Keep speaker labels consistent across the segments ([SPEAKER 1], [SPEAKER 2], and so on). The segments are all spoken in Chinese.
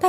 [SPEAKER 1] 大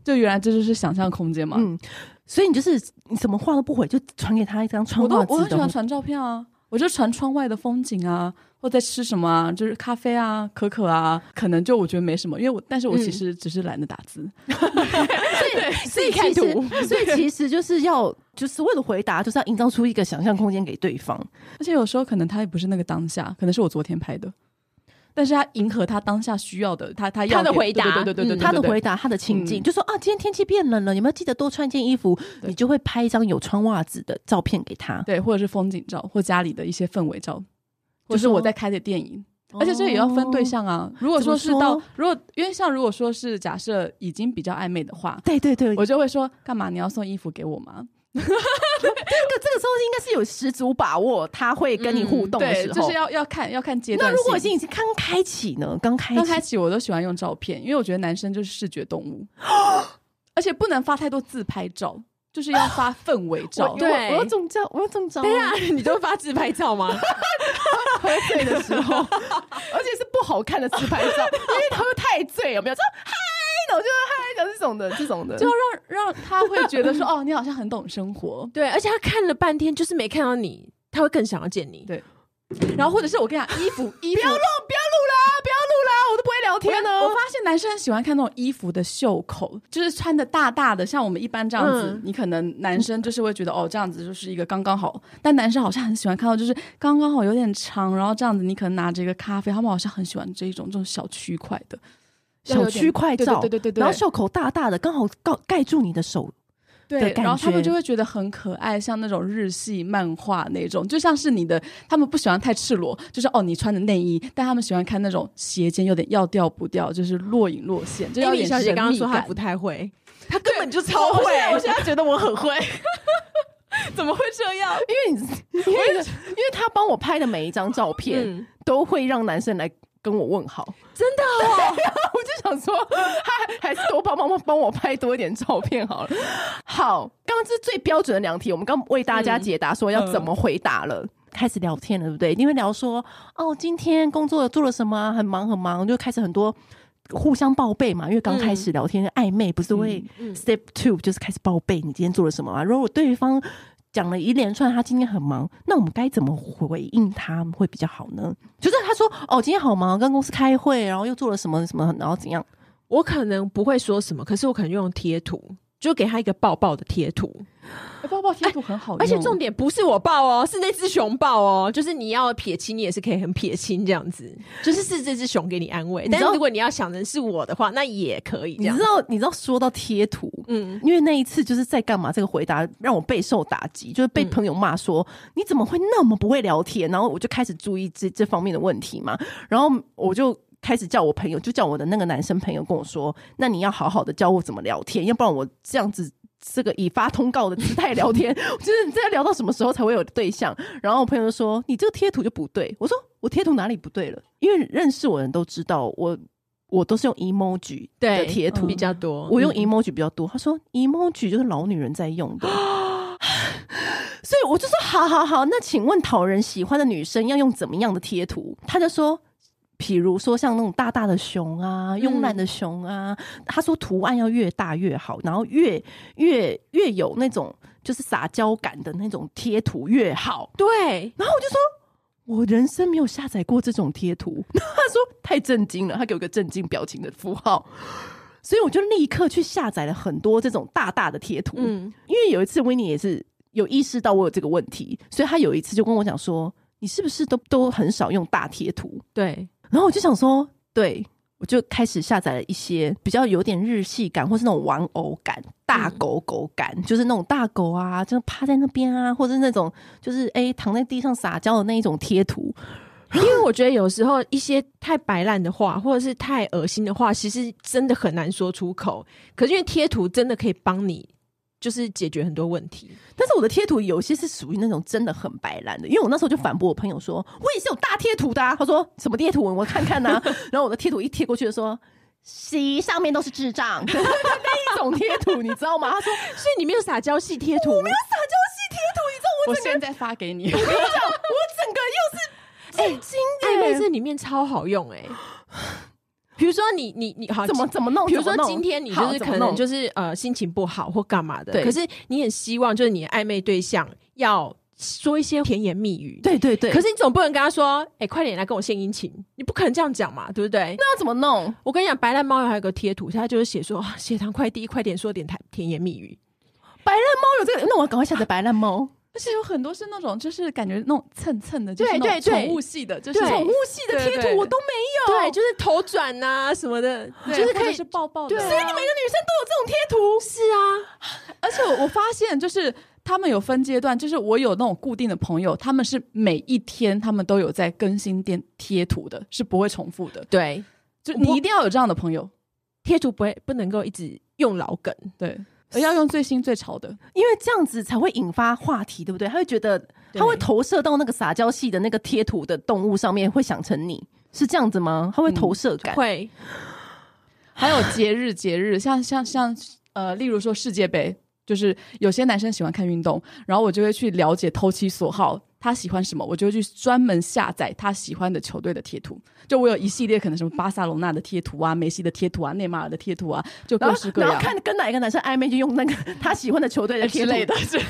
[SPEAKER 2] 就原来这就是想象空间嘛。
[SPEAKER 1] 嗯，所以你就是你什么话都不回，就传给他一张穿
[SPEAKER 2] 我都
[SPEAKER 1] 袜
[SPEAKER 2] 我
[SPEAKER 1] 子
[SPEAKER 2] 很喜欢
[SPEAKER 1] 的。
[SPEAKER 2] 传照片啊，我就传窗外的风景啊，或在吃什么啊，就是咖啡啊、可可啊，可能就我觉得没什么，因为我但是
[SPEAKER 1] 嗯
[SPEAKER 2] 我其实只是懒得打字，
[SPEAKER 1] 所以
[SPEAKER 3] 自己看
[SPEAKER 1] 其实
[SPEAKER 3] 图
[SPEAKER 1] 所以其实就是要，就是为了回答，就是要营造出一个想象空间给对方。
[SPEAKER 2] 而且有时候可能他也不是那个当下，可能是我昨天拍的。但是他迎合他当下需要的，他他要
[SPEAKER 3] 他的
[SPEAKER 2] 给
[SPEAKER 3] 回答
[SPEAKER 2] 对对对对对对
[SPEAKER 3] 嗯
[SPEAKER 1] 他的回答，他的情境，
[SPEAKER 2] 嗯
[SPEAKER 1] 就说啊，今天天气变冷了，你们要记得多穿件衣服，
[SPEAKER 2] 对
[SPEAKER 1] 你就会拍一张有穿袜子的照片给他。
[SPEAKER 2] 对，或者是风景照，或家里的一些氛围照，或是
[SPEAKER 1] 说哦
[SPEAKER 2] 我在开的电影，而且这也要分对象啊。如果
[SPEAKER 1] 怎么
[SPEAKER 2] 说是到
[SPEAKER 1] 说
[SPEAKER 2] 如果因为像如果说是假设已经比较暧昧的话，
[SPEAKER 1] 对对对，我
[SPEAKER 2] 我就会说干嘛你要送衣服给我吗？
[SPEAKER 1] 这个这个时候应该是有十足把握他会跟你互动的
[SPEAKER 2] 嗯对，
[SPEAKER 1] 时
[SPEAKER 2] 就
[SPEAKER 1] 候
[SPEAKER 2] 是。要要看要看阶段
[SPEAKER 1] 那
[SPEAKER 2] 性。
[SPEAKER 1] 如果已经刚开启呢？刚开
[SPEAKER 2] 刚
[SPEAKER 1] 启
[SPEAKER 2] 开始我都喜欢用照片，因为我觉得男生就是视觉动物，而且不能发太多自拍照，就是要发氛围照
[SPEAKER 1] 我。
[SPEAKER 3] 对
[SPEAKER 1] 我要中招，我要中招了。
[SPEAKER 3] 对啊，你都会发自拍照吗？
[SPEAKER 1] 喝醉的时候， 而且是不好看的自拍照， 因为他会太醉，有没有？说嗨，然后就嗨，然后这种的，这种的，
[SPEAKER 2] 就让让他会觉得说，哦，你好像很懂生活，
[SPEAKER 3] 对，而且他看了半天就是没看到你，他会更想要见你。
[SPEAKER 2] 对然后或者是我跟你讲，衣服衣
[SPEAKER 1] 不
[SPEAKER 2] 服，
[SPEAKER 1] 要录啦，不要录啦，我都不会聊天呢。
[SPEAKER 2] 我发现男生很喜欢看那种衣服的袖口，就是穿的大大的，像我们一般这样子，
[SPEAKER 3] 嗯
[SPEAKER 2] 你可能男生就是会觉得哦，这样子就是一个刚刚好，但男生好像很喜欢看到就是刚刚好有点长，然后这样子你可能拿着一个咖啡，他们好像很喜欢这种这种小区块的要有
[SPEAKER 1] 小
[SPEAKER 2] 点
[SPEAKER 1] 区块照，
[SPEAKER 2] 对对对对对对
[SPEAKER 1] 然后袖口大大的，刚好盖盖住你的手，的
[SPEAKER 2] 对，
[SPEAKER 1] 感
[SPEAKER 2] 然后他们
[SPEAKER 1] 觉
[SPEAKER 2] 就会觉得很可爱，像那种日系漫画那种，就像是你的，他们不喜欢太赤裸，就是哦你穿的内衣，但他们喜欢看那种斜肩有点要掉不掉，就是若隐若现，就
[SPEAKER 3] 因
[SPEAKER 2] 要
[SPEAKER 3] 为
[SPEAKER 2] 有
[SPEAKER 3] 李哎小
[SPEAKER 2] 点
[SPEAKER 3] 姐
[SPEAKER 2] 神
[SPEAKER 3] 刚刚
[SPEAKER 2] 秘
[SPEAKER 3] 说她
[SPEAKER 2] 感
[SPEAKER 3] 不。太会，她根本就超
[SPEAKER 2] 我
[SPEAKER 3] 会。
[SPEAKER 2] 我现在我现
[SPEAKER 3] 在觉得我很会，
[SPEAKER 2] 怎么会这样？
[SPEAKER 1] 因为你，因为因为他帮我拍的每一张照片、
[SPEAKER 3] 嗯
[SPEAKER 1] 都会让男生来。跟我问好，
[SPEAKER 3] 真的
[SPEAKER 1] 我
[SPEAKER 3] 哦。
[SPEAKER 1] 就想说，还还是多帮帮帮我拍多一点照片好了。好，刚刚这是最标准的两题，我们刚为大家解答说要怎么回答了。开始聊天了，对不对？因为聊说哦，今天工作做了什么啊，很忙很忙，就开始很多互相报备嘛。因为刚开始聊天、暧昧，不是会
[SPEAKER 3] 嗯
[SPEAKER 1] step two 就是开始报备你今天做了什么啊？如果对方讲了一连串，他今天很忙，那我们该怎么回应他会比较好呢？就是他说哦，今天好忙，跟公司开会，然后又做了什么什么，然后怎样？
[SPEAKER 3] 我可能不会说什么，可是我可能用贴图，就给他一个抱抱的贴图。
[SPEAKER 2] 哎抱抱贴图很好用，
[SPEAKER 3] 而且重点不是我抱哦，是那只熊抱哦，就是你要撇清，你也是可以很撇清这样子，就是是这只熊给你安慰。
[SPEAKER 1] 你知
[SPEAKER 3] 但
[SPEAKER 1] 道
[SPEAKER 3] 是如果你要想成是我的话，那也可以这
[SPEAKER 1] 你
[SPEAKER 3] 样
[SPEAKER 1] 知。道，你知道，说到贴图，
[SPEAKER 3] 嗯，
[SPEAKER 1] 因为那一次就是在干嘛？这个回答让我备受打击，就是被朋友骂说、你怎么会那么不会聊天？然后我就开始注意这这方面的问题嘛，然后我就。开始叫我朋友，就叫我的那个男生朋友跟我说：“那你要好好的教我怎么聊天，要不然我这样子这个以发通告的姿态聊天， 就是你这要聊到什么时候才会有对象？”然后我朋友就说：“你这个贴图就不对。”我说：“我贴图哪里不对了？因为认识我的人都知道，我我都是用 emoji 的
[SPEAKER 3] 对，
[SPEAKER 1] 贴图，
[SPEAKER 3] 比较多，
[SPEAKER 1] 我用
[SPEAKER 3] 嗯
[SPEAKER 1] emoji 比较多。他说 emoji 就是老女人在用的，所以我就说好好好，那请问讨人喜欢的女生要用怎么样的贴图？他就说。比如说像那种大大的熊啊，慵懒的熊啊，他说图案要越大越好，然后越越越有那种就是撒娇感的那种贴图越好。
[SPEAKER 3] 对，
[SPEAKER 1] 然后我就说，我人生没有下载过这种贴图。 他说太震惊了，他给我一个震惊表情的符号，所以我就立刻去下载了很多这种大大的贴图。嗯，
[SPEAKER 3] 嗯，
[SPEAKER 1] 因为有一次维尼也是有意识到我有这个问题，所以他有一次就跟我讲说，你是不是都都很少用大贴图？
[SPEAKER 3] 对，
[SPEAKER 1] 然后我就想说，对。我就开始下载了一些比较有点日系感，或是那种玩偶感、大狗狗感，就是那种大狗啊，就趴在那边啊，或者是那种就是哎、躺在地上撒娇的那一种贴图。
[SPEAKER 3] 因为我觉得有时候一些太白烂的话，或者是太恶心的话，其实真的很难说出口。可是因为贴图真的可以帮你，就是解决很多问题。
[SPEAKER 1] 但是我的贴图有些是属于那种真的很白烂的，因为我那时候就反驳我朋友说，我也是有大贴图的、啊。他说什么贴图？我看看呐、然后我的贴图一贴过去就说。C 上面都是智障， 那一种贴图你知道吗？他说
[SPEAKER 3] 所以你没有撒娇系贴图，我没有
[SPEAKER 1] 撒娇系贴图，你知道我
[SPEAKER 2] 我现在发给你，
[SPEAKER 1] 我整个又是震惊
[SPEAKER 3] 暧昧
[SPEAKER 1] 耶！
[SPEAKER 3] 这里面超好用哎、比如说你你你好
[SPEAKER 1] 怎么怎么弄？
[SPEAKER 3] 啊比如说
[SPEAKER 1] 怎么弄
[SPEAKER 3] 今天你就
[SPEAKER 1] 好
[SPEAKER 3] 是
[SPEAKER 1] 怎么
[SPEAKER 3] 可能
[SPEAKER 1] 弄
[SPEAKER 3] 就是呃心情不好或干嘛的，
[SPEAKER 1] 对
[SPEAKER 3] 可是你很希望就是你的暧昧对象要说一些甜言蜜语，。
[SPEAKER 1] 对对对，
[SPEAKER 3] 可
[SPEAKER 1] 是
[SPEAKER 3] 是你总不能跟他说，哎、快点来跟我献殷勤，你不可能这样讲嘛，对不对？
[SPEAKER 1] 那要怎么弄？
[SPEAKER 3] 我跟你讲，白烂猫还有个贴图，它就是写说， 啊血糖快低，快点说点甜甜言蜜语。
[SPEAKER 1] 白烂猫有这个，那我要赶快
[SPEAKER 3] 啊
[SPEAKER 1] 下载白烂猫。
[SPEAKER 2] 而且有很多是那种就是感觉那种蹭蹭的，就是
[SPEAKER 3] 对
[SPEAKER 2] 那
[SPEAKER 3] 对
[SPEAKER 2] 种
[SPEAKER 3] 对
[SPEAKER 2] 宠物系的，就是
[SPEAKER 3] 对
[SPEAKER 2] 宠
[SPEAKER 1] 宠
[SPEAKER 2] 物
[SPEAKER 1] 物系的贴
[SPEAKER 2] 对
[SPEAKER 1] 图
[SPEAKER 2] 对
[SPEAKER 1] 我都没有，
[SPEAKER 3] 对，就是头转呐、什么的，
[SPEAKER 2] 对
[SPEAKER 3] 就是
[SPEAKER 2] 或
[SPEAKER 3] 可
[SPEAKER 2] 者
[SPEAKER 3] 以
[SPEAKER 2] 是。抱抱的
[SPEAKER 3] 对
[SPEAKER 2] 啊，
[SPEAKER 3] 啊
[SPEAKER 1] 所以你每个女生都有这种贴图。
[SPEAKER 3] 是啊，
[SPEAKER 2] 而且我我发现，就是他们有分阶段，就是我有那种固定的朋友，他们是每一天他们都有在更新电贴图的，是不会重复的。
[SPEAKER 3] 对，
[SPEAKER 2] 就
[SPEAKER 3] 我
[SPEAKER 2] 你一定要有这样的朋友，
[SPEAKER 3] 贴图不会不能够一直用老梗，
[SPEAKER 2] 对，而要用最新最潮的。
[SPEAKER 1] 因为这样子才会引发话题，对不对？他会觉得
[SPEAKER 3] 对
[SPEAKER 1] 他会投射到那个撒娇系的那个贴图的动物上面，会想成你是这样子吗？他会投射感，
[SPEAKER 3] 嗯会
[SPEAKER 2] 还有节日，节日像像像呃，例如说世界杯，就是有些男生喜欢看运动，然后我就会去了解投其所好，他喜欢什么，我就会去专门下载他喜欢的球队的贴图。就我有一系列可能什么巴塞罗那的贴图啊、梅西的贴图啊、内马尔的贴图啊，就
[SPEAKER 1] 然
[SPEAKER 2] 各式
[SPEAKER 1] 后
[SPEAKER 2] 各
[SPEAKER 1] 然
[SPEAKER 2] 样
[SPEAKER 1] 后看跟哪一个男生暧昧，就用那个 他喜欢的球
[SPEAKER 3] 哎
[SPEAKER 1] 队的贴
[SPEAKER 2] 之
[SPEAKER 1] 图
[SPEAKER 2] 类的。 之类的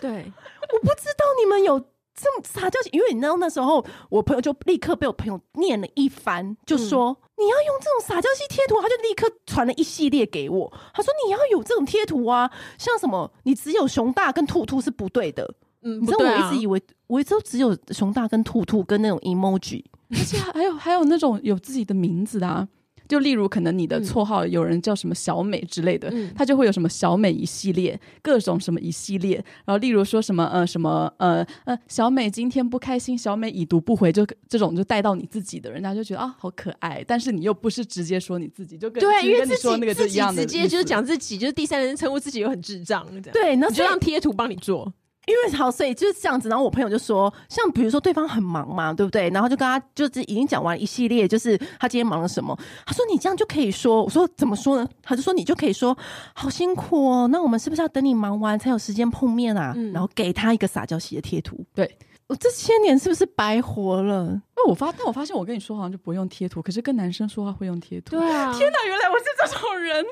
[SPEAKER 3] 对，
[SPEAKER 1] 我不知道你们有这么撒娇，因为你知道那时候我朋友就立刻被我朋友念了一番，就说、你要用这种撒娇系贴图，他就立刻传了一系列给我。他说你要有这种贴图啊，像什么你只有熊大跟兔兔是不对的。
[SPEAKER 3] 嗯，
[SPEAKER 1] 你知
[SPEAKER 3] 不
[SPEAKER 1] 道
[SPEAKER 3] 对
[SPEAKER 1] 我
[SPEAKER 3] 啊
[SPEAKER 1] 一直以为，我一直都只有熊大跟兔兔跟那种 emoji，
[SPEAKER 2] 而且还有还有那种有自己的名字的、啊，就例如可能你的
[SPEAKER 3] 嗯
[SPEAKER 2] 绰号有人叫什么小美之类的，
[SPEAKER 3] 嗯
[SPEAKER 2] 他就会有什么小美一系列，各种什么一系列，然后例如说什么呃什么呃呃小美今天不开心，小美已读不回，就这种就带到你自己的，人家就觉得啊好可爱，但是你又不是直接说你自己，就跟
[SPEAKER 3] 对，
[SPEAKER 2] 其
[SPEAKER 3] 因
[SPEAKER 2] 实
[SPEAKER 3] 为
[SPEAKER 2] 跟你
[SPEAKER 3] 自
[SPEAKER 2] 说
[SPEAKER 3] 己
[SPEAKER 2] 那个就
[SPEAKER 3] 自
[SPEAKER 2] 一
[SPEAKER 3] 己
[SPEAKER 2] 样的
[SPEAKER 3] 直
[SPEAKER 2] 意
[SPEAKER 3] 接
[SPEAKER 2] 思
[SPEAKER 3] 就是讲自己，就是第三人称呼自己又很智障，这样，
[SPEAKER 1] 对，然后
[SPEAKER 3] 你就
[SPEAKER 1] 所以
[SPEAKER 3] 让贴图帮你做，
[SPEAKER 1] 因为好，所以就是这样子。然后我朋友就说，像比如说对方很忙嘛，对不对？然后就跟他就是已经讲完一系列，就是他今天忙了什么。他说你这样就可以说，我说怎么说呢？他就说你就可以说好辛苦哦，那我们是不是要等你忙完才有时间碰面啊？
[SPEAKER 3] 嗯
[SPEAKER 1] 然后给他一个撒娇系的贴图，
[SPEAKER 2] 对。
[SPEAKER 1] 我这些年是不是白活了？
[SPEAKER 2] 那我发，但我发现我跟你说好像就不用贴图，可是跟男生说话会用贴图。
[SPEAKER 3] 对 啊，
[SPEAKER 2] 天哪，原来我是这种人！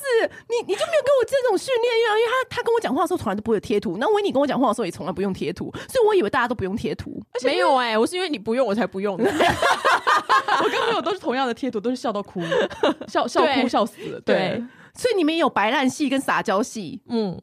[SPEAKER 1] 是你你就没有跟我这种训练呀？因为他他跟我讲话的时候从来都不会有贴图，那维尼跟我讲话的时候也从来不用贴图，所以我以为大家都不用贴图。
[SPEAKER 3] 没有哎、我是因为你不用我才 不用嗯的。
[SPEAKER 2] 我跟朋友都是同样的贴图，都是笑到哭，笑笑哭
[SPEAKER 3] 对
[SPEAKER 2] 笑死。对
[SPEAKER 3] 对，
[SPEAKER 1] 所以你们也有白烂系跟撒娇系，
[SPEAKER 3] 嗯，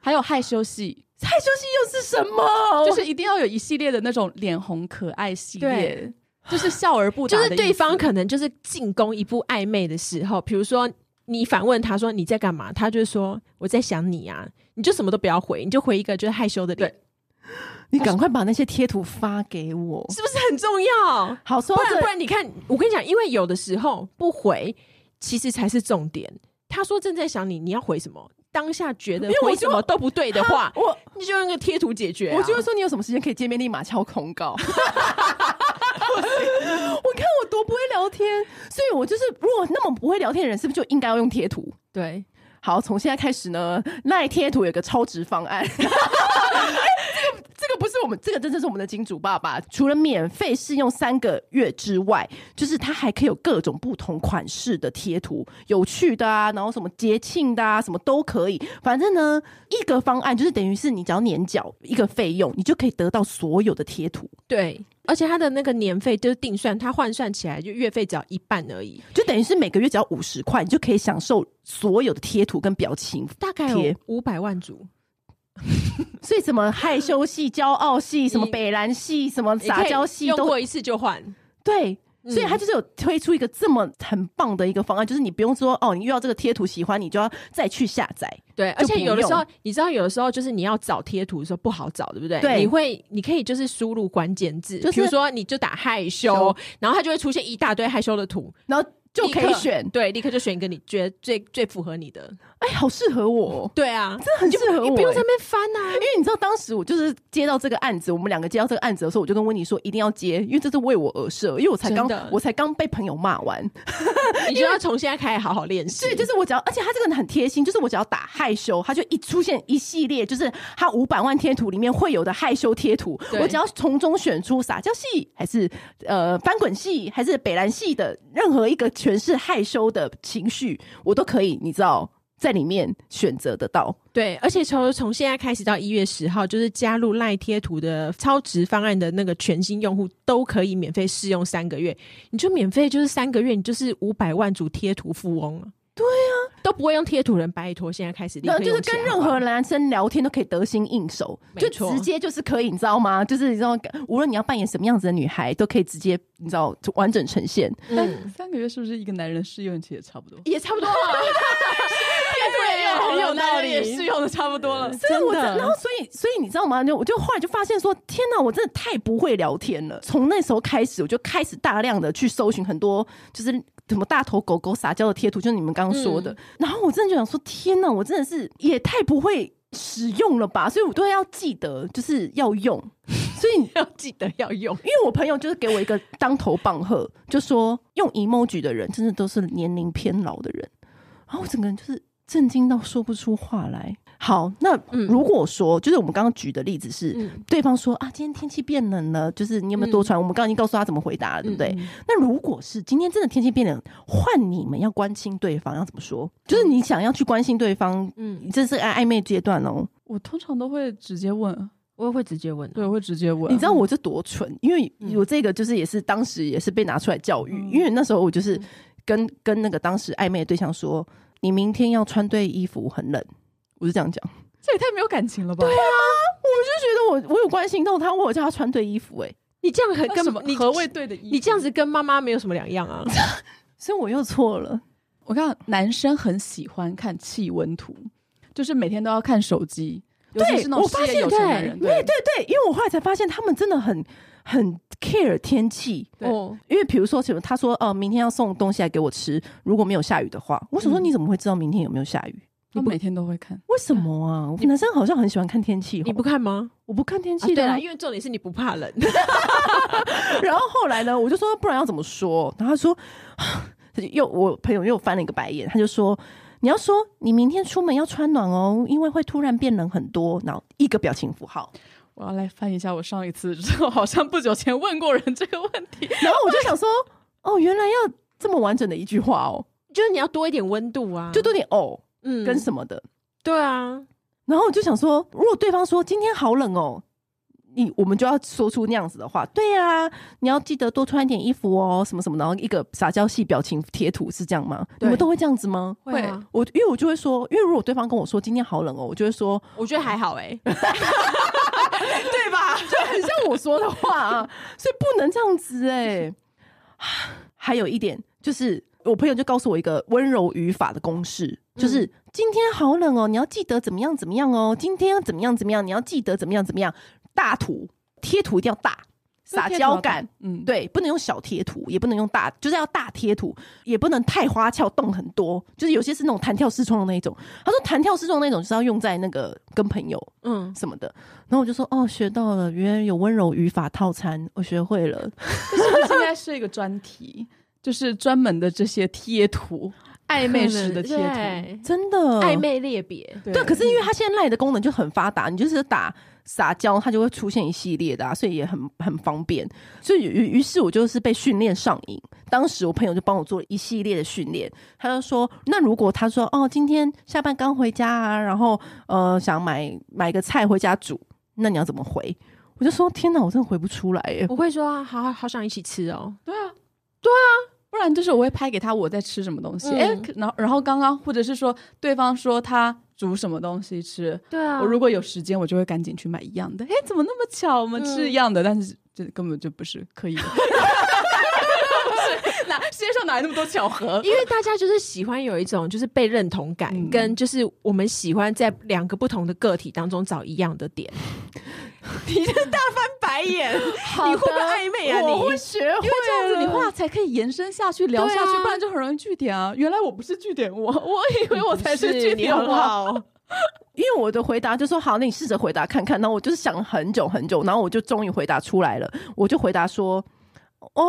[SPEAKER 2] 还有害羞戏，
[SPEAKER 1] 害羞系又是什
[SPEAKER 3] 哦
[SPEAKER 1] 么？
[SPEAKER 2] 就是一定要有一系列的那种脸红可爱系列，就是笑而不答
[SPEAKER 3] 就
[SPEAKER 2] 的意
[SPEAKER 3] 是
[SPEAKER 2] 思。
[SPEAKER 3] 对方可能就是进攻一步暧昧的时候，比如说你反问他说你在干嘛，他就说我在想你啊，你就什么都不要回，你就回一个就是害羞的脸，
[SPEAKER 1] 你赶快把那些贴图发给我。
[SPEAKER 3] 是不是很重要？
[SPEAKER 1] 好，说
[SPEAKER 3] 不
[SPEAKER 1] 到
[SPEAKER 3] 然不
[SPEAKER 1] 这，
[SPEAKER 3] 然，你看，我跟你讲，因为有的时候不回，其实才是重点。他说正在想你，你要回什么？当下觉得
[SPEAKER 1] 因为我
[SPEAKER 3] 回什么都不对的话，
[SPEAKER 1] 我
[SPEAKER 3] 你就用个贴图解决啊、
[SPEAKER 1] 我就会说你有什么时间可以见面，立马敲通 告。不行我看我多不会聊天，所以我就是如果那么不会聊天的人，是不是就应该要用贴图？
[SPEAKER 3] 对，
[SPEAKER 1] 好，从现在开始呢， 赖贴图有个超值方案。哎 这个这个不是我们，这个真的是我们的金主爸爸。除了免费试用三个月之外，就是它还可以有各种不同款式的贴图，有趣的啊，然后什么节庆的啊，什么都可以。反正呢，一个方案就是等于是你只要年缴一个费用，你就可以得到所有的贴图，
[SPEAKER 3] 对，而且他的那个年费就是定算，他换算起来就月费只要一半而已，
[SPEAKER 1] 就等于是每个月只要五十块，你就可以享受所有的贴图跟表情
[SPEAKER 3] 大概
[SPEAKER 1] 贴
[SPEAKER 3] 有五百万组，
[SPEAKER 1] 所以什么害羞系、骄傲系、什么北兰系、什么撒娇系
[SPEAKER 3] 嗯你可以用
[SPEAKER 1] 都
[SPEAKER 3] 过一次就换。
[SPEAKER 1] 对。
[SPEAKER 3] 嗯
[SPEAKER 1] 所以他就是有推出一个这么很棒的一个方案，就是你不用说哦，你遇到这个贴图喜欢，你就要再去下载。
[SPEAKER 3] 对，而
[SPEAKER 1] 就
[SPEAKER 3] 且
[SPEAKER 1] 不
[SPEAKER 3] 有的时候
[SPEAKER 1] 用，
[SPEAKER 3] 你知道，有的时候就是你要找贴图的时候不好找，对不对？
[SPEAKER 1] 对
[SPEAKER 3] 你会，你可以就是输入关键字，
[SPEAKER 1] 就是
[SPEAKER 3] 比如说你就打害羞
[SPEAKER 1] 羞，
[SPEAKER 3] 然后它就会出现一大堆害羞的图，
[SPEAKER 1] 然后就
[SPEAKER 3] 立
[SPEAKER 1] 可
[SPEAKER 3] 刻
[SPEAKER 1] 以选，
[SPEAKER 3] 对，立刻就选一个你觉得最最符合你的。
[SPEAKER 1] 哎，好适合我哦，
[SPEAKER 3] 对啊，
[SPEAKER 1] 真的很适合我。
[SPEAKER 3] 你不用在
[SPEAKER 1] 哎
[SPEAKER 3] 那边翻啊
[SPEAKER 1] 因。为你知道，当时我就是接到这个案子，我们两个接到这个案子的时候，我就跟温妮说一定要接，因为这是为我而设，因为我才刚
[SPEAKER 3] 真的
[SPEAKER 1] 我才刚被朋友骂完，
[SPEAKER 3] 你就要从现在开始好好练习。
[SPEAKER 1] 对，就是我只要，而且他这个人很贴心，就是我只要打害羞，他就一出现一系列，就是他五百万贴图里面会有的害羞贴图，
[SPEAKER 3] 对
[SPEAKER 1] 我只要从中选出撒娇系，还是呃翻滚系，还是北兰系的任何一个全是害羞的情绪，我都可以，你知道。在里面选择得到，
[SPEAKER 3] 对，而且从从现在开始到一月十号，就是加入赖贴图的超值方案的那个全新用户都可以免费试用三个月，你就免费就是三个月，你就是五百万组贴图富翁了。对啊，都不会用贴图人，拜托，现在开始立
[SPEAKER 1] 然后
[SPEAKER 3] 刻
[SPEAKER 1] 就是
[SPEAKER 3] 用起来
[SPEAKER 1] 跟
[SPEAKER 3] 好
[SPEAKER 1] 任
[SPEAKER 3] 不好
[SPEAKER 1] 何男生聊天都可以得心应手，
[SPEAKER 3] 没
[SPEAKER 1] 就
[SPEAKER 3] 错
[SPEAKER 1] 直接就是可以，你知道吗？就是你知道，无论你要扮演什么样子的女孩，都可以直接你知道完整呈现。
[SPEAKER 3] 嗯
[SPEAKER 2] 但三个月是不是一个男人试用期也差不多？
[SPEAKER 3] 也差不多了，对，
[SPEAKER 1] 很有道理
[SPEAKER 3] 也试用的差不多了，
[SPEAKER 1] 真的，我真
[SPEAKER 3] 的
[SPEAKER 1] 然后所以所以你知道吗？就我就后来就发现说，天哪，我真的太不会聊天了。从那时候开始，我就开始大量的去搜寻很多就是什么大头狗狗撒娇的贴图，就是你们刚刚说的。然后我真的就想说，天哪，我真的是也太不会使用了吧！所以我都要记得，就是要用。所 以
[SPEAKER 3] 要记得要用。
[SPEAKER 1] 因为我朋友就是给我一个当头棒喝，就说用 emoji 的人真的都是年龄偏老的人，然后我整个人就是震惊到说不出话来。好，那
[SPEAKER 3] 嗯
[SPEAKER 1] 如果说、就是我们刚刚举的例子是。
[SPEAKER 3] 嗯，
[SPEAKER 1] 对方说啊，今天天气变冷了，就是你有没有多穿？我们刚刚已经告诉他怎么回答了，对不对？
[SPEAKER 3] 嗯
[SPEAKER 1] 那如果是今天真的天气变冷，换你们要关心对方，要怎么说？就是你想要去关心对方，
[SPEAKER 3] 嗯，
[SPEAKER 1] 这是暧暧昧阶段哦。
[SPEAKER 2] 我通常都会直接问，
[SPEAKER 3] 我也会直接问，啊
[SPEAKER 2] 对，我会直接问。
[SPEAKER 1] 你知道我这多蠢，因为
[SPEAKER 3] 嗯
[SPEAKER 1] 我这个就是也是当时也是被拿出来教育，
[SPEAKER 2] 嗯
[SPEAKER 1] 因为那时候我就是跟跟那个当时暧昧的对象说，你明天要穿对衣服很冷，我是这样讲，
[SPEAKER 2] 这也太没有感情了吧？对 啊，
[SPEAKER 1] 就觉得我我有关心到他，我有叫他穿对衣服、欸，哎，
[SPEAKER 3] 你这样很
[SPEAKER 2] 什
[SPEAKER 3] 根
[SPEAKER 2] 么
[SPEAKER 3] 本你
[SPEAKER 2] 何谓对的意义？
[SPEAKER 3] 你这样子跟妈妈没有什么两样 啊。
[SPEAKER 1] 所以我又错了。
[SPEAKER 2] 我看男生很喜欢看气温图，就是每天都要看手机，尤其是那
[SPEAKER 1] 我
[SPEAKER 2] 种
[SPEAKER 1] 发
[SPEAKER 2] 事
[SPEAKER 1] 现
[SPEAKER 2] 业有成的人，对对
[SPEAKER 1] 对，因为我后来才发现他们真的很很 care 天气。
[SPEAKER 2] 对
[SPEAKER 3] 哦，
[SPEAKER 1] 因为比如说，什么他说呃，明天要送东西来给我吃，如果没有下雨的话，我想说
[SPEAKER 3] 嗯
[SPEAKER 1] 你怎么会知道明天有没有下雨？
[SPEAKER 2] 他每天都会看。
[SPEAKER 1] 为什么啊？男生好像很喜欢看天气哦，
[SPEAKER 3] 你不看吗？
[SPEAKER 1] 我不看天
[SPEAKER 3] 啊
[SPEAKER 1] 气的
[SPEAKER 3] 对
[SPEAKER 1] 啊、
[SPEAKER 3] 啦，因为重点是你不怕冷。
[SPEAKER 1] 然后后来呢，我就说不然要怎么说？然后他说， 他就又我朋友又翻了一个白眼，他就说你要说你明天出门要穿暖哦，因为会突然变冷很多。然后一个表情符号，
[SPEAKER 2] 我要来翻一下我上一次，我好像不久前问过人这个问题。
[SPEAKER 1] 然后我就想说，哦，原来要这么完整的一句话哦，
[SPEAKER 3] 就是你要多一点温度啊，
[SPEAKER 1] 就多点哦
[SPEAKER 3] 嗯
[SPEAKER 1] 跟什么的。
[SPEAKER 3] 对啊，
[SPEAKER 1] 然后我就想说，如果对方说今天好冷哦，你我们就要说出那样子的话。对呀、你要记得多穿一点衣服哦，什么什么。然后一个撒娇系表情贴图是这样吗？你
[SPEAKER 3] 对
[SPEAKER 1] 们都会这样子吗？
[SPEAKER 3] 会啊，
[SPEAKER 1] 我因为我就会说，因为如果对方跟我说今天好冷哦，我就会说
[SPEAKER 3] 我觉得还好 哎、
[SPEAKER 1] 对吧？就很像我说的话啊，所以不能这样子哎、 还有一点就是，我朋友就告诉我一个温柔语法的公式，就是、今天好冷哦，你要记得怎么样怎么样哦，今天要怎么样怎么样，你要记得怎么样怎么样。大图贴图一定要大，撒娇感。，
[SPEAKER 2] 嗯，
[SPEAKER 1] 对，不能用小贴图，也不能用大，就是要大贴图，也不能太花俏，动很多。就是有些是那种弹跳式窗的那一种。他说弹跳式窗那种就是要用在那个跟朋友
[SPEAKER 3] 嗯，
[SPEAKER 1] 什么的。然后我就说哦，学到了，原来有温柔语法套餐，我学会了。
[SPEAKER 2] 这应该是一个专题，就是专门的这些贴图，暧 昧式的贴图。
[SPEAKER 3] 对
[SPEAKER 1] 真的
[SPEAKER 3] 暧。昧裂别，
[SPEAKER 1] 对，可是因为它现在赖的功能就很发达，你就是打撒娇，它就会出现一系列的、啊，所以也很很方便。所以于于是我就是被训练上瘾。当时我朋友就帮我做了一系列的训练，他就说：那如果他说哦，今天下班刚回家啊，然后呃想买买个菜回家煮，那你要怎么回？我就说天哪，我真的回不出来耶！
[SPEAKER 3] 我会说啊，好好想一起吃哦，
[SPEAKER 2] 对啊，对啊，不然就是我会拍给他我在吃什么东西，
[SPEAKER 3] 嗯
[SPEAKER 2] 哎、可然后然后刚刚或者是说对方说他煮什么东西吃，
[SPEAKER 3] 对啊
[SPEAKER 2] 我如果有时间，我就会赶紧去买一样的。哎，怎么那么巧，我们吃一样的，但是这根本就不是可以的。 哪世界上哪来那么多巧合？
[SPEAKER 3] 因为大家就是喜欢有一种就是被认同感，
[SPEAKER 2] 嗯
[SPEAKER 3] 跟就是我们喜欢在两个不同的个体当中找一样的点。 你这大翻白 眼，你会不会暧昧啊？你
[SPEAKER 1] 我会学会
[SPEAKER 2] 因为这样子
[SPEAKER 1] 了
[SPEAKER 2] 你话才可以延伸下去、聊下去，
[SPEAKER 3] 对啊
[SPEAKER 2] 不然就很容易据点啊。原来我不是据点，我我以为我才
[SPEAKER 3] 不
[SPEAKER 2] 据
[SPEAKER 3] 你
[SPEAKER 2] 点，
[SPEAKER 3] 好
[SPEAKER 2] 好
[SPEAKER 3] 不
[SPEAKER 2] 不好？
[SPEAKER 3] 好？
[SPEAKER 1] 因为我的回答就说好，那你试着回答看看。然后我就是想了很久很久，然后我就终于回答出来了。我就回答说：“哦，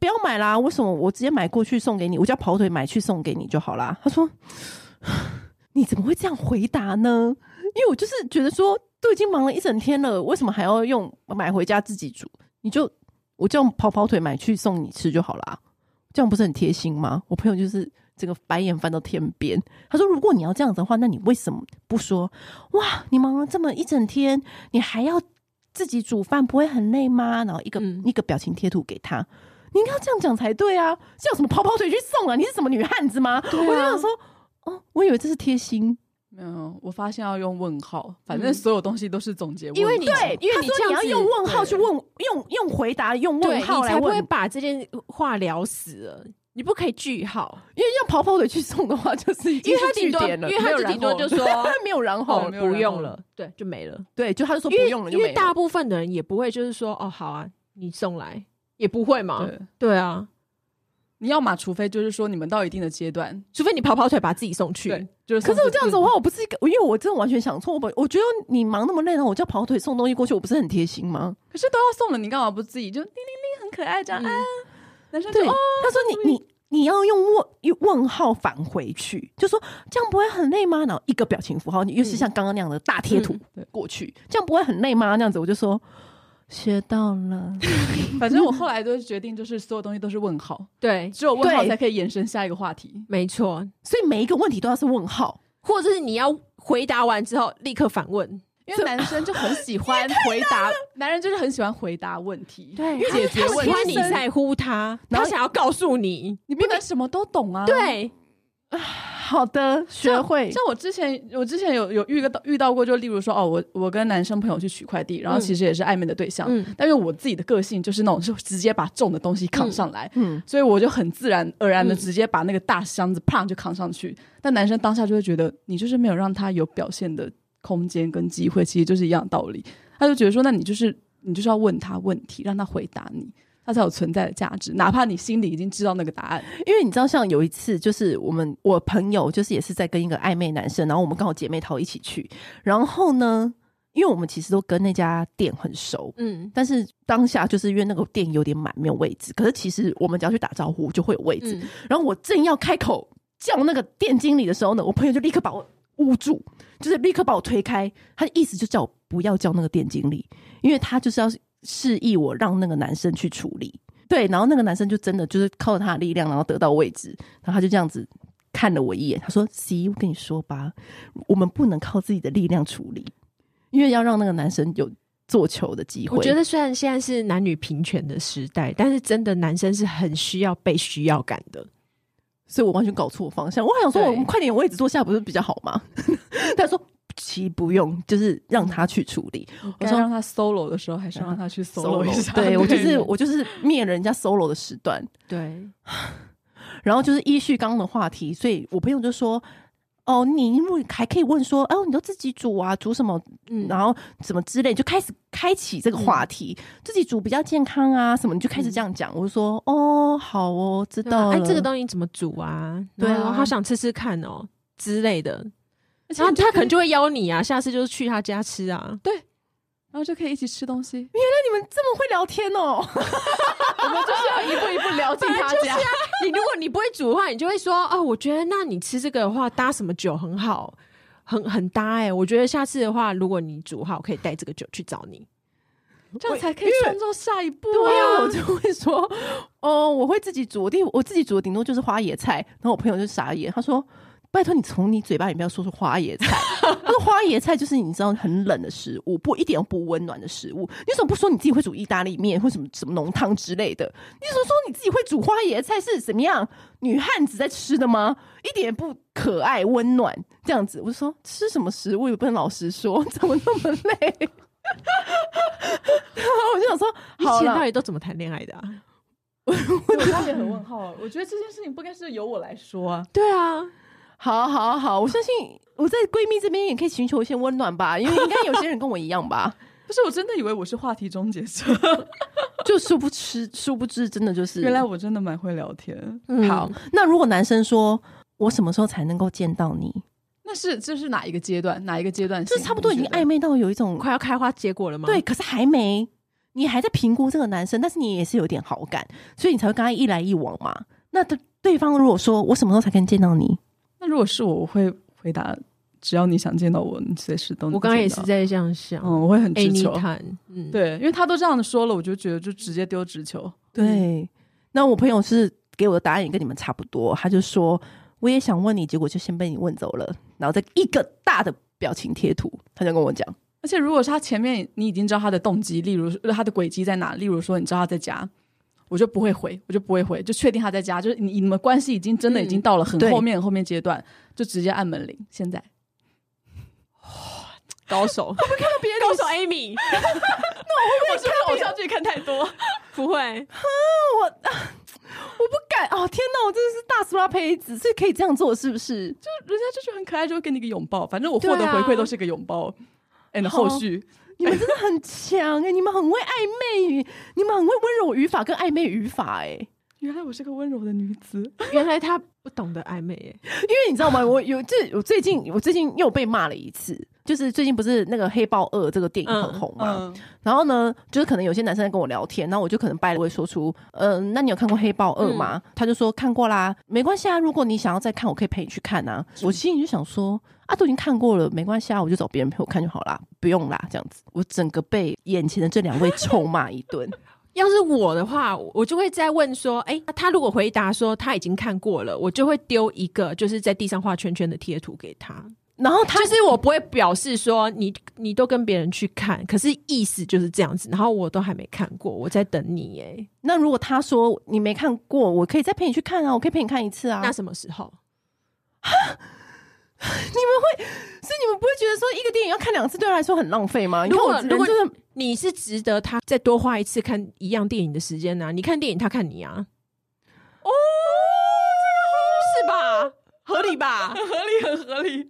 [SPEAKER 1] 不要买啦，为什么我直接买过去送给你？我叫跑腿买去送给你就好啦。”他说：“ 你怎么会这样回答呢？因为我就是觉得说，都已经忙了一整天了，为什么还要用买回家自己煮？你就我叫跑跑腿买去送你吃就好啦，这样不是很贴心吗？”我朋友就是。这个白眼翻到天边，他说：“如果你要这样子的话，那你为什么不说？哇，你忙了这么一整天，你还要自己煮饭，不会很累吗？然后一个、
[SPEAKER 3] 嗯
[SPEAKER 1] 一个表情贴图给他，你应该要这样讲才对啊！叫什么跑跑腿去送啊？你是什么女汉子吗？
[SPEAKER 3] 啊
[SPEAKER 1] 我就想说，哦，我以为这是贴心，
[SPEAKER 2] 没有，我发现要用问号，反
[SPEAKER 3] 嗯
[SPEAKER 2] 正所有东西都是总结问号。
[SPEAKER 3] 因为你
[SPEAKER 1] 对，
[SPEAKER 3] 因为
[SPEAKER 1] 他
[SPEAKER 3] 你
[SPEAKER 1] 说
[SPEAKER 3] 这样
[SPEAKER 1] 你要
[SPEAKER 3] 子
[SPEAKER 1] 用问号
[SPEAKER 3] 对
[SPEAKER 1] 去问，用用回答，用
[SPEAKER 3] 对
[SPEAKER 1] 问
[SPEAKER 3] 你
[SPEAKER 1] 号来
[SPEAKER 3] 才不
[SPEAKER 1] 问
[SPEAKER 3] 会，把这件话聊死了。你不可以句号，
[SPEAKER 1] 因为要跑跑腿去送的话，就是已
[SPEAKER 3] 因
[SPEAKER 1] 经
[SPEAKER 3] 为
[SPEAKER 1] 是
[SPEAKER 3] 他顶
[SPEAKER 1] 据
[SPEAKER 3] 多，
[SPEAKER 1] 点了
[SPEAKER 3] 因为，他就顶多就说
[SPEAKER 1] 没有然后
[SPEAKER 3] 哦
[SPEAKER 1] 了，
[SPEAKER 2] 没有
[SPEAKER 3] 不
[SPEAKER 2] 然后
[SPEAKER 3] 用了，对，就没了。
[SPEAKER 1] 对，就他就说不
[SPEAKER 3] 因为
[SPEAKER 1] 用了就
[SPEAKER 3] 因
[SPEAKER 1] 没
[SPEAKER 3] 为
[SPEAKER 1] 了，
[SPEAKER 3] 大部分的人也不会就是说哦，好啊，你送来也不会嘛。
[SPEAKER 2] 对，
[SPEAKER 3] 对啊，
[SPEAKER 2] 你要嘛，除非就是说你们到一定的阶段，
[SPEAKER 3] 除非你跑跑腿把自己送去。
[SPEAKER 2] 对，就是
[SPEAKER 1] 可
[SPEAKER 2] 送嗯
[SPEAKER 1] 是我
[SPEAKER 2] 出
[SPEAKER 1] 这样子的话，我不是一个，因为我真的完全想错。我本我觉得你忙那么累，然后我叫跑腿送东西过去，我不是很贴心吗？
[SPEAKER 2] 可是都要送了，你干嘛不自己就叮铃铃很可爱这样？
[SPEAKER 3] 嗯
[SPEAKER 2] 啊？男生就
[SPEAKER 1] 对，
[SPEAKER 2] 哦，
[SPEAKER 1] 他说你你你要用问用问号返回去，就说这样不会很累吗？然后一个表情符号，你又是像刚刚那样的大贴图
[SPEAKER 2] 嗯
[SPEAKER 1] 过去，这样不会很累吗？那样子我就说学到了，
[SPEAKER 2] 反正我后来都决定，就是所有东西都是问号，
[SPEAKER 3] 对，
[SPEAKER 2] 只有问号
[SPEAKER 1] 对
[SPEAKER 2] 才可以延伸下一个话题。
[SPEAKER 3] 没错，
[SPEAKER 1] 所以每一个问题都要是问号。
[SPEAKER 3] 或者是你要回答完之后立刻反问。
[SPEAKER 2] 因为男生就很喜欢回答， 男人就是很喜欢回答问题，
[SPEAKER 3] 对
[SPEAKER 2] 解决
[SPEAKER 3] 他喜
[SPEAKER 2] 问题。
[SPEAKER 3] 欢你在乎他，
[SPEAKER 1] 然后
[SPEAKER 3] 他想要告诉你，
[SPEAKER 2] 你不能什么都懂啊。，
[SPEAKER 1] 哎
[SPEAKER 3] 对，
[SPEAKER 1] 好的，学会
[SPEAKER 2] 像我之前，我之前有有遇到遇到过，就例如说，哦，我我跟男生朋友去取快递，然后
[SPEAKER 3] 嗯
[SPEAKER 2] 其实也是暧昧的对象，
[SPEAKER 3] 嗯
[SPEAKER 2] 但是我自己的个性就是那种就直接把重的东西扛上来，
[SPEAKER 1] 嗯，
[SPEAKER 2] 所以我就很自然而然的
[SPEAKER 3] 嗯
[SPEAKER 2] 直接把那个大箱子砰就扛上去。但男生当下就会觉得你就是没有让他有表现的空间跟机会，其实就是一样道理。他就觉得说，那你就是你就是要问他问题，让他回答你，他才有存在的价值。哪怕你心里已经知道那个答案，
[SPEAKER 1] 因为你知道，像有一次，就是我们我朋友就是也是在跟一个暧昧男生，然后我们刚好姐妹淘一起去，然后呢，因为我们其实都跟那家店很熟，
[SPEAKER 3] 嗯
[SPEAKER 1] 但是当下就是因为那个店有点满，没有位置，可是其实我们只要去打招呼就会有位置。
[SPEAKER 3] 嗯，
[SPEAKER 1] 然后我正要开口叫那个店经理的时候呢，我朋友就立刻把我捂住，就是立刻把我推开，他的意思就叫我不要叫那个店经理，因为他就是要示意我让那个男生去处理。对，然后那个男生就真的就是靠他的力量，然后得到位置，然后他就这样子看了我一眼，他说：“C，我跟你说吧，我们不能靠自己的力量处理，因为要让那个男生有做球的机会。”
[SPEAKER 3] 我觉得虽然现在是男女平权的时代，但是真的男生是很需要被需要感的。
[SPEAKER 1] 所以我完全搞错方向。我还想说，
[SPEAKER 3] 对
[SPEAKER 1] 我们快点位置坐下不是比较好吗？ 他说：“其不用，就是让他去处理。
[SPEAKER 2] 我
[SPEAKER 1] 说
[SPEAKER 2] 说让他 solo 的时候，还是让他去 solo 一下。
[SPEAKER 1] 对我就是我就是灭了人家 solo 的时段。
[SPEAKER 3] 对，
[SPEAKER 1] 然后就是依序刚刚的话题，所以我朋友就说：“哦，你因为还可以问说，哦，你都自己煮啊，煮什么？
[SPEAKER 3] 嗯
[SPEAKER 1] 然后什么之类，就开始开启这个话题，自己煮比较健康啊，什么，你就开始这样讲。我就说：“哦，好哦，知
[SPEAKER 3] 对啊
[SPEAKER 1] 道了。
[SPEAKER 3] 哎，这个东西怎么煮啊？
[SPEAKER 1] 对啊
[SPEAKER 3] 然后我好想吃吃看哦之类的。
[SPEAKER 2] 而且
[SPEAKER 3] 然后
[SPEAKER 2] 就
[SPEAKER 3] 他可能就会邀你啊，下次就是去他家吃啊。
[SPEAKER 2] 然后就可以一起吃东西，
[SPEAKER 1] 你们这么会聊天 哦。”
[SPEAKER 2] 我们就是要一步一步聊进他家。
[SPEAKER 3] 你如果你不会煮的话，你就会说哦，我觉得那你吃这个的话搭什么酒很好，很很搭哎、我觉得下次的话，如果你煮的话，我可以带这个酒去找你。
[SPEAKER 2] 这样才可以创造下一步
[SPEAKER 1] 对啊，我
[SPEAKER 2] 啊！
[SPEAKER 1] 就会说， 哦，我会自己煮，第我自己煮的顶多就是花椰菜。然后我朋友就傻眼，他说：“拜托你从你嘴巴里面要说出花椰 菜。”他说：“花椰菜就是你知道很冷的食物，不一点不温暖的食物。你怎么不说你自己会煮意大利面或什么什么浓汤之类的？你怎么说你自己会煮花椰菜是怎么样女汉子在吃的吗？一点也不可爱温暖这样子。”我就说：“吃什么食物也不能老实说，怎么那么累？” 然后我就想说，
[SPEAKER 3] 以
[SPEAKER 1] 好
[SPEAKER 3] 前
[SPEAKER 1] 了
[SPEAKER 3] 到，底都怎么谈恋爱的、啊？
[SPEAKER 2] 我我也很 问号，我觉得这件事情不该是由我来说啊。
[SPEAKER 3] 对啊，
[SPEAKER 1] 好好好，我相信我在闺蜜这边也可以寻求一些温暖 吧，因为应该有些人跟我一样吧，
[SPEAKER 2] 不是，我真的以为我是话题终结者，
[SPEAKER 1] 就殊不知，殊不知真的就是
[SPEAKER 2] 原来我真的蛮会聊天。
[SPEAKER 3] 嗯
[SPEAKER 1] 好。那如果男生说我什么时候才能够见到你，
[SPEAKER 2] 那是这是哪一个阶段？哪一个阶段性？
[SPEAKER 1] 就是差不多已经
[SPEAKER 2] 你觉得
[SPEAKER 1] 暧昧到有一种
[SPEAKER 3] 快要开花结果了吗？
[SPEAKER 1] 对，，可是还没，你还在评估这个男生，但是你也是有点好感，所以你才会跟他一来一往嘛。那对对方如果说我什么时候才能见到你，
[SPEAKER 2] 那如果是我，我会回答：只要你想见到我，你随时都能。
[SPEAKER 3] 我刚刚也是，在这样想。
[SPEAKER 2] 嗯，我会很
[SPEAKER 3] 哎，
[SPEAKER 2] 直
[SPEAKER 3] 你
[SPEAKER 2] 球。
[SPEAKER 3] 谈，嗯，
[SPEAKER 2] 对，因为他都这样说了，我就觉得就直接丢直球。
[SPEAKER 1] 嗯对，那我朋友是给我的答案也跟你们差不多，他就说我也想问你，结果就先被你问走了，然后再一个大的表情贴图，他就跟我讲，
[SPEAKER 2] 而且如果是他前面你已经知道他的动机，例如呃他的轨迹在哪，例如说你知道他在家，我就不会回，我就不会回，就确定他在家，就是你你们关系已经真的已经到了很
[SPEAKER 1] 对
[SPEAKER 2] 后面、后面阶段，就直接按门铃。现在
[SPEAKER 3] 高 手，
[SPEAKER 2] 别人
[SPEAKER 3] 高手 Amy
[SPEAKER 2] 我是不是偶像剧看太多？
[SPEAKER 3] 不会，
[SPEAKER 1] 我不敢哦，天哪，我真的是大苏拉胚子，是可以这样做是不是？
[SPEAKER 2] 人家就是很可爱，就会给你一个拥抱。反正我获得
[SPEAKER 3] 对啊
[SPEAKER 2] 回馈都是一个拥抱。and
[SPEAKER 1] 好
[SPEAKER 2] 后续
[SPEAKER 1] 你们真的很强哎、你们很会暧昧语，你们很会温柔语法跟暧昧语法哎、
[SPEAKER 2] 原来我是个温柔的女子，
[SPEAKER 3] 原来他不懂得暧昧耶。
[SPEAKER 1] 因为你知道吗？我有这我最近我最近又被骂了一次，就是最近不是那个《黑豹二》这个电影很红嘛，
[SPEAKER 2] 嗯，
[SPEAKER 1] 然后呢，就是可能有些男生在跟我聊天，然后我就可能掰了，我会说出，嗯、那你有看过《黑豹二》
[SPEAKER 3] 嗯
[SPEAKER 1] 吗？他就说看过啦，没关系啊，如果你想要再看，我可以陪你去看啊。我心里就想说，啊，都已经看过了，没关系啊，我就找别人陪我看就好啦，不用啦，这样子。我整个被眼前的这两位臭骂一 顿，
[SPEAKER 3] 要是我的话，我我就会再问说，哎、他如果回答说他已经看过了，我就会丢一个就是在地上画圈圈的贴图给他。
[SPEAKER 1] 然后他
[SPEAKER 3] 就是我不会表示说你你都跟别人去看，可是意思就是这样子。然后我都还没看过，我在等你耶。
[SPEAKER 1] 那如果他说你没看过，我可以再陪你去看啊，我可以陪你看一次啊。
[SPEAKER 3] 那什么时候？
[SPEAKER 1] 所以你们不会觉得说一个电影要看两次对他来说很浪费吗？你
[SPEAKER 3] 如
[SPEAKER 1] 看
[SPEAKER 3] 果
[SPEAKER 1] 我人
[SPEAKER 3] 如果
[SPEAKER 1] 真的
[SPEAKER 3] 你是值得他再多花一次看一样电影的时间呢、你看电影，他看你啊。哦，是吧？合理吧？
[SPEAKER 2] 合理很合理。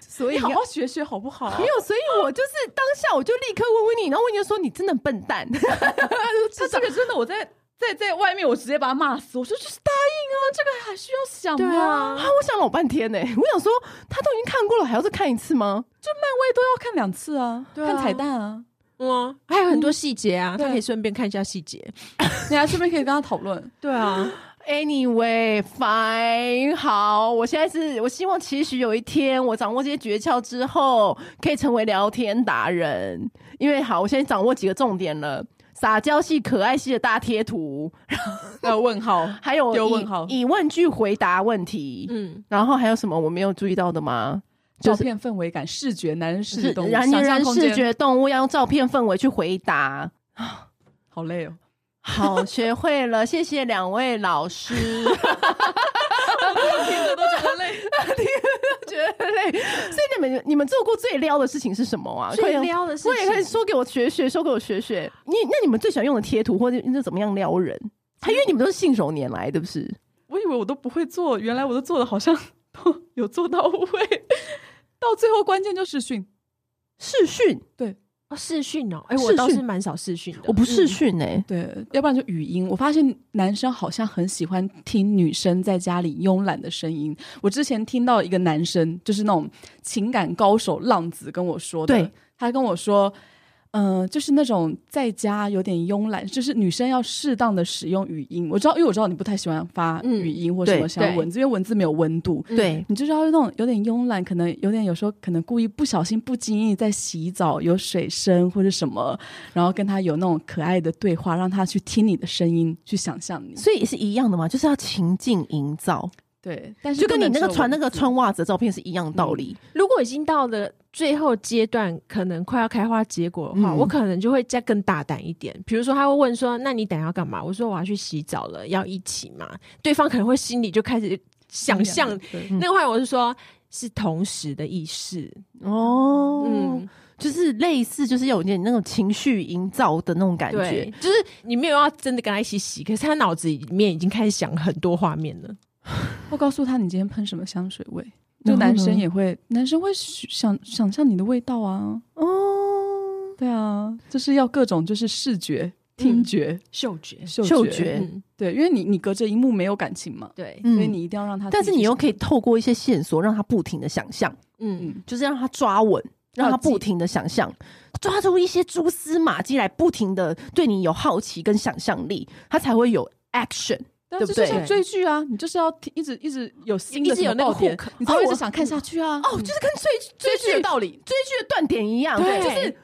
[SPEAKER 1] 所
[SPEAKER 2] 你
[SPEAKER 1] 以
[SPEAKER 2] 好好学学好不好？
[SPEAKER 1] 没有，所以我就是当下我就立刻问温妮，然后温妮就说你真的很笨蛋，
[SPEAKER 2] 他这个真的，我在在在外面，我直接把他骂死。我说就是答应啊，这个还需要想
[SPEAKER 3] 对
[SPEAKER 2] 吗？
[SPEAKER 3] 啊
[SPEAKER 1] 啊，，我想老半天呢、我想说他都已经看过了，还要再看一次吗？
[SPEAKER 2] 我也都要看两次啊，
[SPEAKER 3] 对啊
[SPEAKER 2] 看彩蛋啊，
[SPEAKER 3] 哇，
[SPEAKER 1] 嗯
[SPEAKER 3] 还有很多细节啊，
[SPEAKER 2] 对
[SPEAKER 3] 他可以顺便看一下细节。
[SPEAKER 2] 啊 你还顺便可以跟他讨论。
[SPEAKER 3] 对啊，
[SPEAKER 1] 哎、 Anyway，fine，好，我现在是我希望，期许有一天我掌握这些诀窍之后，可以成为聊天达人。因为好，我现在掌握几个重点了：撒娇系、可爱系的大贴图，
[SPEAKER 2] 还有问号，
[SPEAKER 1] 还有
[SPEAKER 2] 丢
[SPEAKER 1] 以
[SPEAKER 2] 问号
[SPEAKER 1] 以问句回答问题。
[SPEAKER 3] 嗯，
[SPEAKER 1] 然后还有什么我没有注意到的吗？就
[SPEAKER 2] 照
[SPEAKER 1] 是
[SPEAKER 2] 片氛围感、视觉男人视
[SPEAKER 1] 是
[SPEAKER 2] 觉动物，
[SPEAKER 1] 然
[SPEAKER 2] 想象
[SPEAKER 1] 人
[SPEAKER 2] 空
[SPEAKER 1] 视
[SPEAKER 2] 间，
[SPEAKER 1] 觉动物要用照片氛围去回答。
[SPEAKER 2] 好累哦。
[SPEAKER 1] 好，学会了，谢谢两位老师。
[SPEAKER 2] 听着都觉得累。
[SPEAKER 1] 觉得累。所以你们你们做过最撩的事情是什么啊？
[SPEAKER 3] 最
[SPEAKER 1] 快点
[SPEAKER 3] 撩的事
[SPEAKER 1] 我也可以
[SPEAKER 3] 情，
[SPEAKER 1] 说给我学学，说给我学学。你那你们最喜欢用的贴图或者是怎么样撩人？还因为你们都是信手拈来，对不是？
[SPEAKER 2] 我以为我都不会做，原来我都做的好像 都有做到位。 到最后关键就视讯，
[SPEAKER 1] 视讯，
[SPEAKER 3] 哦视讯哦，哎，
[SPEAKER 1] 视
[SPEAKER 3] 我倒
[SPEAKER 1] 讯
[SPEAKER 3] 是蛮少视讯的，
[SPEAKER 1] 我不视
[SPEAKER 3] 嗯
[SPEAKER 1] 讯哎、
[SPEAKER 2] 对，要不然就语音。我发现男生好像很喜欢听女生在家里慵懒的声音。我之前听到一个男生，就是那种情感高手浪子跟我说的，
[SPEAKER 1] 对
[SPEAKER 2] 他跟我说。嗯、就是那种在家有点慵懒，就是女生要适当的使用语音。我知道，因为我知道你不太喜欢发
[SPEAKER 3] 嗯
[SPEAKER 2] 语音或
[SPEAKER 1] 对
[SPEAKER 2] 什么想要
[SPEAKER 3] 对
[SPEAKER 2] 文字，因为文字没有温度。
[SPEAKER 3] 嗯
[SPEAKER 1] 对，
[SPEAKER 2] 你就是要那种有点慵懒，可能有点有时候可能故意不小心不经意在洗澡有水声或者什么，然后跟他有那种可爱的对话，让他去听你的声音，去想象你。
[SPEAKER 1] 所以是一样的嘛，就是要情境营造，
[SPEAKER 2] 对，但是
[SPEAKER 1] 就跟你那个传那
[SPEAKER 2] 不
[SPEAKER 1] 个
[SPEAKER 2] 能只有文字
[SPEAKER 1] 穿袜子的照片是一样的道理。
[SPEAKER 3] 如果已经到了最后阶段，可能快要开花结果的话，
[SPEAKER 1] 嗯
[SPEAKER 3] 我可能就会再更大胆一点。比如说，他会问说：“那你等一下要干嘛？”我说：“我要去洗澡了，要一起嘛。”对方可能会心里就开始想象。
[SPEAKER 2] 对
[SPEAKER 1] 嗯
[SPEAKER 3] 那会儿我是说，是同时的意识。
[SPEAKER 2] 嗯
[SPEAKER 1] 哦，
[SPEAKER 3] 嗯，
[SPEAKER 1] 就是类似，就是要有点那种情绪营造的那种感觉嗯
[SPEAKER 3] 对。，就是你没有要真的跟他一起洗，可是他脑子里面已经开始想很多画面了。
[SPEAKER 2] 或告诉他你今天喷什么香水味，
[SPEAKER 1] 然
[SPEAKER 2] 就
[SPEAKER 1] 后呢
[SPEAKER 2] 男生也会，男生会想想象你的味道啊，
[SPEAKER 1] 哦，
[SPEAKER 2] 对啊，就是要各种就是视觉、听觉、
[SPEAKER 3] 嗅觉，
[SPEAKER 2] 嗅
[SPEAKER 1] 嗅觉
[SPEAKER 3] 嗯，
[SPEAKER 2] 对，因为你你隔着荧幕没有感情嘛，
[SPEAKER 3] 对，
[SPEAKER 1] 嗯
[SPEAKER 2] 所以你一定要让他自己去想，
[SPEAKER 1] 但是你又可以透过一些线索，让他不停的想象。
[SPEAKER 3] 嗯，
[SPEAKER 2] 嗯，
[SPEAKER 1] 就是让他抓稳，让他
[SPEAKER 2] 好奇
[SPEAKER 1] 不停的想象，抓住一些蛛丝马迹来不停的对你有好奇跟想象力，他才会有 action。
[SPEAKER 2] 但
[SPEAKER 1] 对
[SPEAKER 2] 是
[SPEAKER 1] 不
[SPEAKER 2] 就
[SPEAKER 1] 对
[SPEAKER 2] 像追剧啊，你就是要听一直一直有新的
[SPEAKER 3] 一直有
[SPEAKER 2] 什么
[SPEAKER 3] 那个
[SPEAKER 2] 爆点
[SPEAKER 3] hook
[SPEAKER 2] 你才会一
[SPEAKER 1] 哦我
[SPEAKER 2] 直想看下去啊。
[SPEAKER 1] 哦，就是跟追追
[SPEAKER 2] 追剧
[SPEAKER 1] 剧
[SPEAKER 2] 的道理，
[SPEAKER 1] 追剧的断点一样，
[SPEAKER 3] 对
[SPEAKER 1] 就是。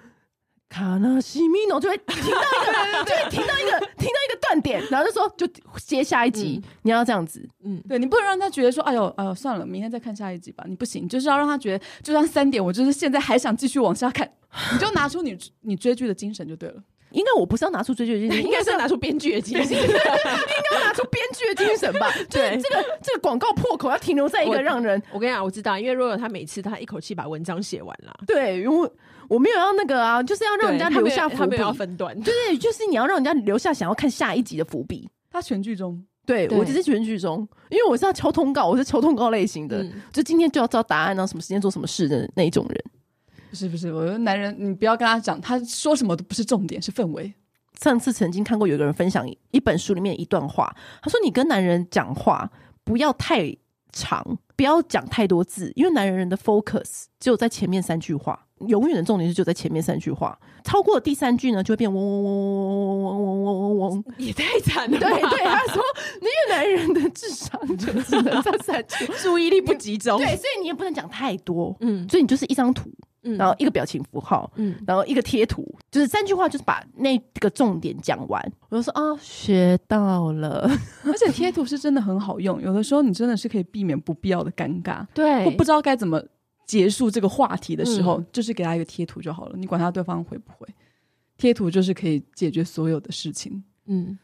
[SPEAKER 1] 卡纳西米诺就会听到一个， 就会听到一个，听到一个断点，然后就说就接下一集，
[SPEAKER 3] 嗯
[SPEAKER 1] 你要这样子，
[SPEAKER 2] 对你不能让他觉得说，哎呦，哎呦，算了，明天再看下一集吧。你不行，你就是要让他觉得，就算三点，我就是现在还想继续往下看，你就拿出你你追剧的精神就对了。
[SPEAKER 1] 应该我不是要拿出追剧的精神，
[SPEAKER 3] 应
[SPEAKER 1] 应该是
[SPEAKER 3] 该是要拿出编剧的精神。
[SPEAKER 1] 要拿出编剧的精神吧？就是
[SPEAKER 3] 对
[SPEAKER 1] 这个这个广告破口要停留在一个
[SPEAKER 3] 我
[SPEAKER 1] 让人
[SPEAKER 3] 我跟你讲，我知道，因为若有他每次他一口气把文章写完了，
[SPEAKER 1] 对，因为我没有要那个啊，就是要让人家
[SPEAKER 3] 对他
[SPEAKER 1] 留
[SPEAKER 3] 没有
[SPEAKER 1] 下
[SPEAKER 3] 他
[SPEAKER 1] 伏
[SPEAKER 3] 没
[SPEAKER 1] 笔
[SPEAKER 3] 有，要分段。
[SPEAKER 1] 对，就是你要让人家留下想要看下一集的伏笔。
[SPEAKER 2] 他全剧中，
[SPEAKER 1] 对
[SPEAKER 3] 对
[SPEAKER 1] 我只是选举中，因为我是要敲通告，我是敲通告类型的，
[SPEAKER 3] 嗯
[SPEAKER 1] 就今天就要知道答案，然啊后什么时间做什么事的那一种人。
[SPEAKER 2] 不是不是，我说男人，你不要跟他讲，他说什么都不是重点，是氛围。
[SPEAKER 1] 上次曾经看过有个人分享一本书里面一段话，他说：“你跟男人讲话不要太长，不要讲太多字，因为男人的 focus 只有在前面三句话，永远的重点是就在前面三句话，超过第三句呢就会变嗡嗡嗡嗡嗡嗡嗡嗡嗡嗡嗡。”
[SPEAKER 3] 也太惨了吧，
[SPEAKER 1] 对 对，他说，因为男人的智商就只能在三句，
[SPEAKER 3] 注意力不集中。
[SPEAKER 1] 对，所以你也不能讲太多，
[SPEAKER 3] 嗯
[SPEAKER 1] 所以你就是一张图，
[SPEAKER 3] 嗯
[SPEAKER 1] 然后一个表情符号，
[SPEAKER 3] 嗯，
[SPEAKER 1] 然后一个贴图，就是三句话，就是把那个重点讲完。我就说啊，学到了，
[SPEAKER 2] 而且贴图是真的很好用，有的时候你真的是可以避免不必要的尴尬，
[SPEAKER 3] 对
[SPEAKER 2] 或不知道该怎么结束这个话题的时候，就是给他一个贴图就好了，你管他对方回不回，贴图就是可以解决所有的事情。
[SPEAKER 3] 嗯，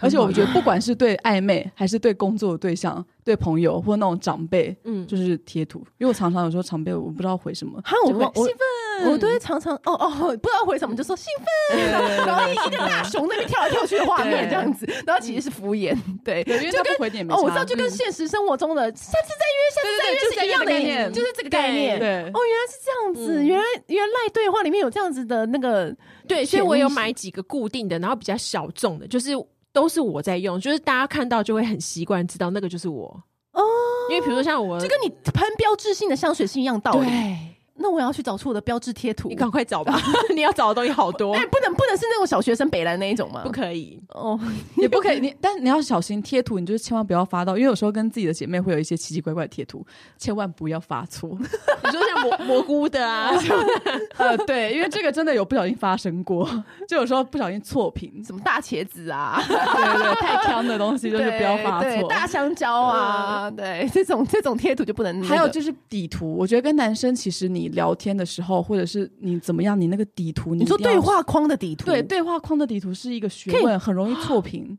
[SPEAKER 2] 而且我觉
[SPEAKER 3] 得，
[SPEAKER 2] 得，不管是对暧昧，还是对工作的对象、对朋友或那种长辈，
[SPEAKER 3] 嗯，
[SPEAKER 2] 就是贴图。因为我常常有时候长辈我不知道回什么，
[SPEAKER 1] 哈，我
[SPEAKER 2] 就会
[SPEAKER 1] 忘我
[SPEAKER 2] 兴
[SPEAKER 1] 奋我都会常常哦哦，不知道回什么，就说兴奋，然后一一个大熊在那边跳来跳去的画面
[SPEAKER 2] 对
[SPEAKER 1] 这样子，然后其实是敷衍，对，
[SPEAKER 2] 对，因为
[SPEAKER 1] 就
[SPEAKER 2] 他
[SPEAKER 1] 跟
[SPEAKER 2] 不回点没
[SPEAKER 1] 哦，我
[SPEAKER 2] 差
[SPEAKER 1] 知道，就跟
[SPEAKER 2] 嗯
[SPEAKER 1] 现实生活中的下次再约，下次
[SPEAKER 2] 对对对
[SPEAKER 1] 再约是一样的
[SPEAKER 2] 就是这个概
[SPEAKER 1] 就是这个概念，
[SPEAKER 2] 念对
[SPEAKER 1] 哦，原来是这样子，
[SPEAKER 3] 嗯
[SPEAKER 1] 原来原来对话里面有这样子的那个
[SPEAKER 3] 对，所以我
[SPEAKER 1] 潜意
[SPEAKER 3] 有
[SPEAKER 1] 识
[SPEAKER 3] 买几个固定的，然后比较小众的，就是都是我在用，就是大家看到就会很习惯，知道那个就是我。
[SPEAKER 1] 哦，
[SPEAKER 3] 因为比如说像我，
[SPEAKER 1] 就跟你喷标志性的香水是一样道理。
[SPEAKER 3] 对，
[SPEAKER 1] 那我也要去找出我的标志贴图。
[SPEAKER 3] 你赶快找吧， 你要找的东西好多
[SPEAKER 1] 哎、，不能不能是那种小学生北兰那一种吗？
[SPEAKER 3] 哦不可以。
[SPEAKER 1] 哦，
[SPEAKER 2] 也不可以，你但你要小心贴图，你就是千万不要发到，因为有时候跟自己的姐妹会有一些奇奇怪怪的贴图，千万不要发错。
[SPEAKER 3] 你说像 蘑蘑菇的啊，
[SPEAKER 2] 呃，对，因为这个真的有不小心发生过，就有时候不小心错评，
[SPEAKER 1] 什么大茄子啊，
[SPEAKER 2] 对对对，太坑的东西就是不要发
[SPEAKER 1] 对对
[SPEAKER 2] 错。
[SPEAKER 1] 大香蕉啊，对，这种这种贴图就不能那个、
[SPEAKER 2] 还有就是底图，我觉得跟男生其实你聊天的时候，或者是你怎么样，你那个底图，
[SPEAKER 1] 你说
[SPEAKER 2] 一定要
[SPEAKER 1] 对话框的底图，
[SPEAKER 2] 对，对话框的底图是一个学
[SPEAKER 1] 可以
[SPEAKER 2] 问，很容易错评。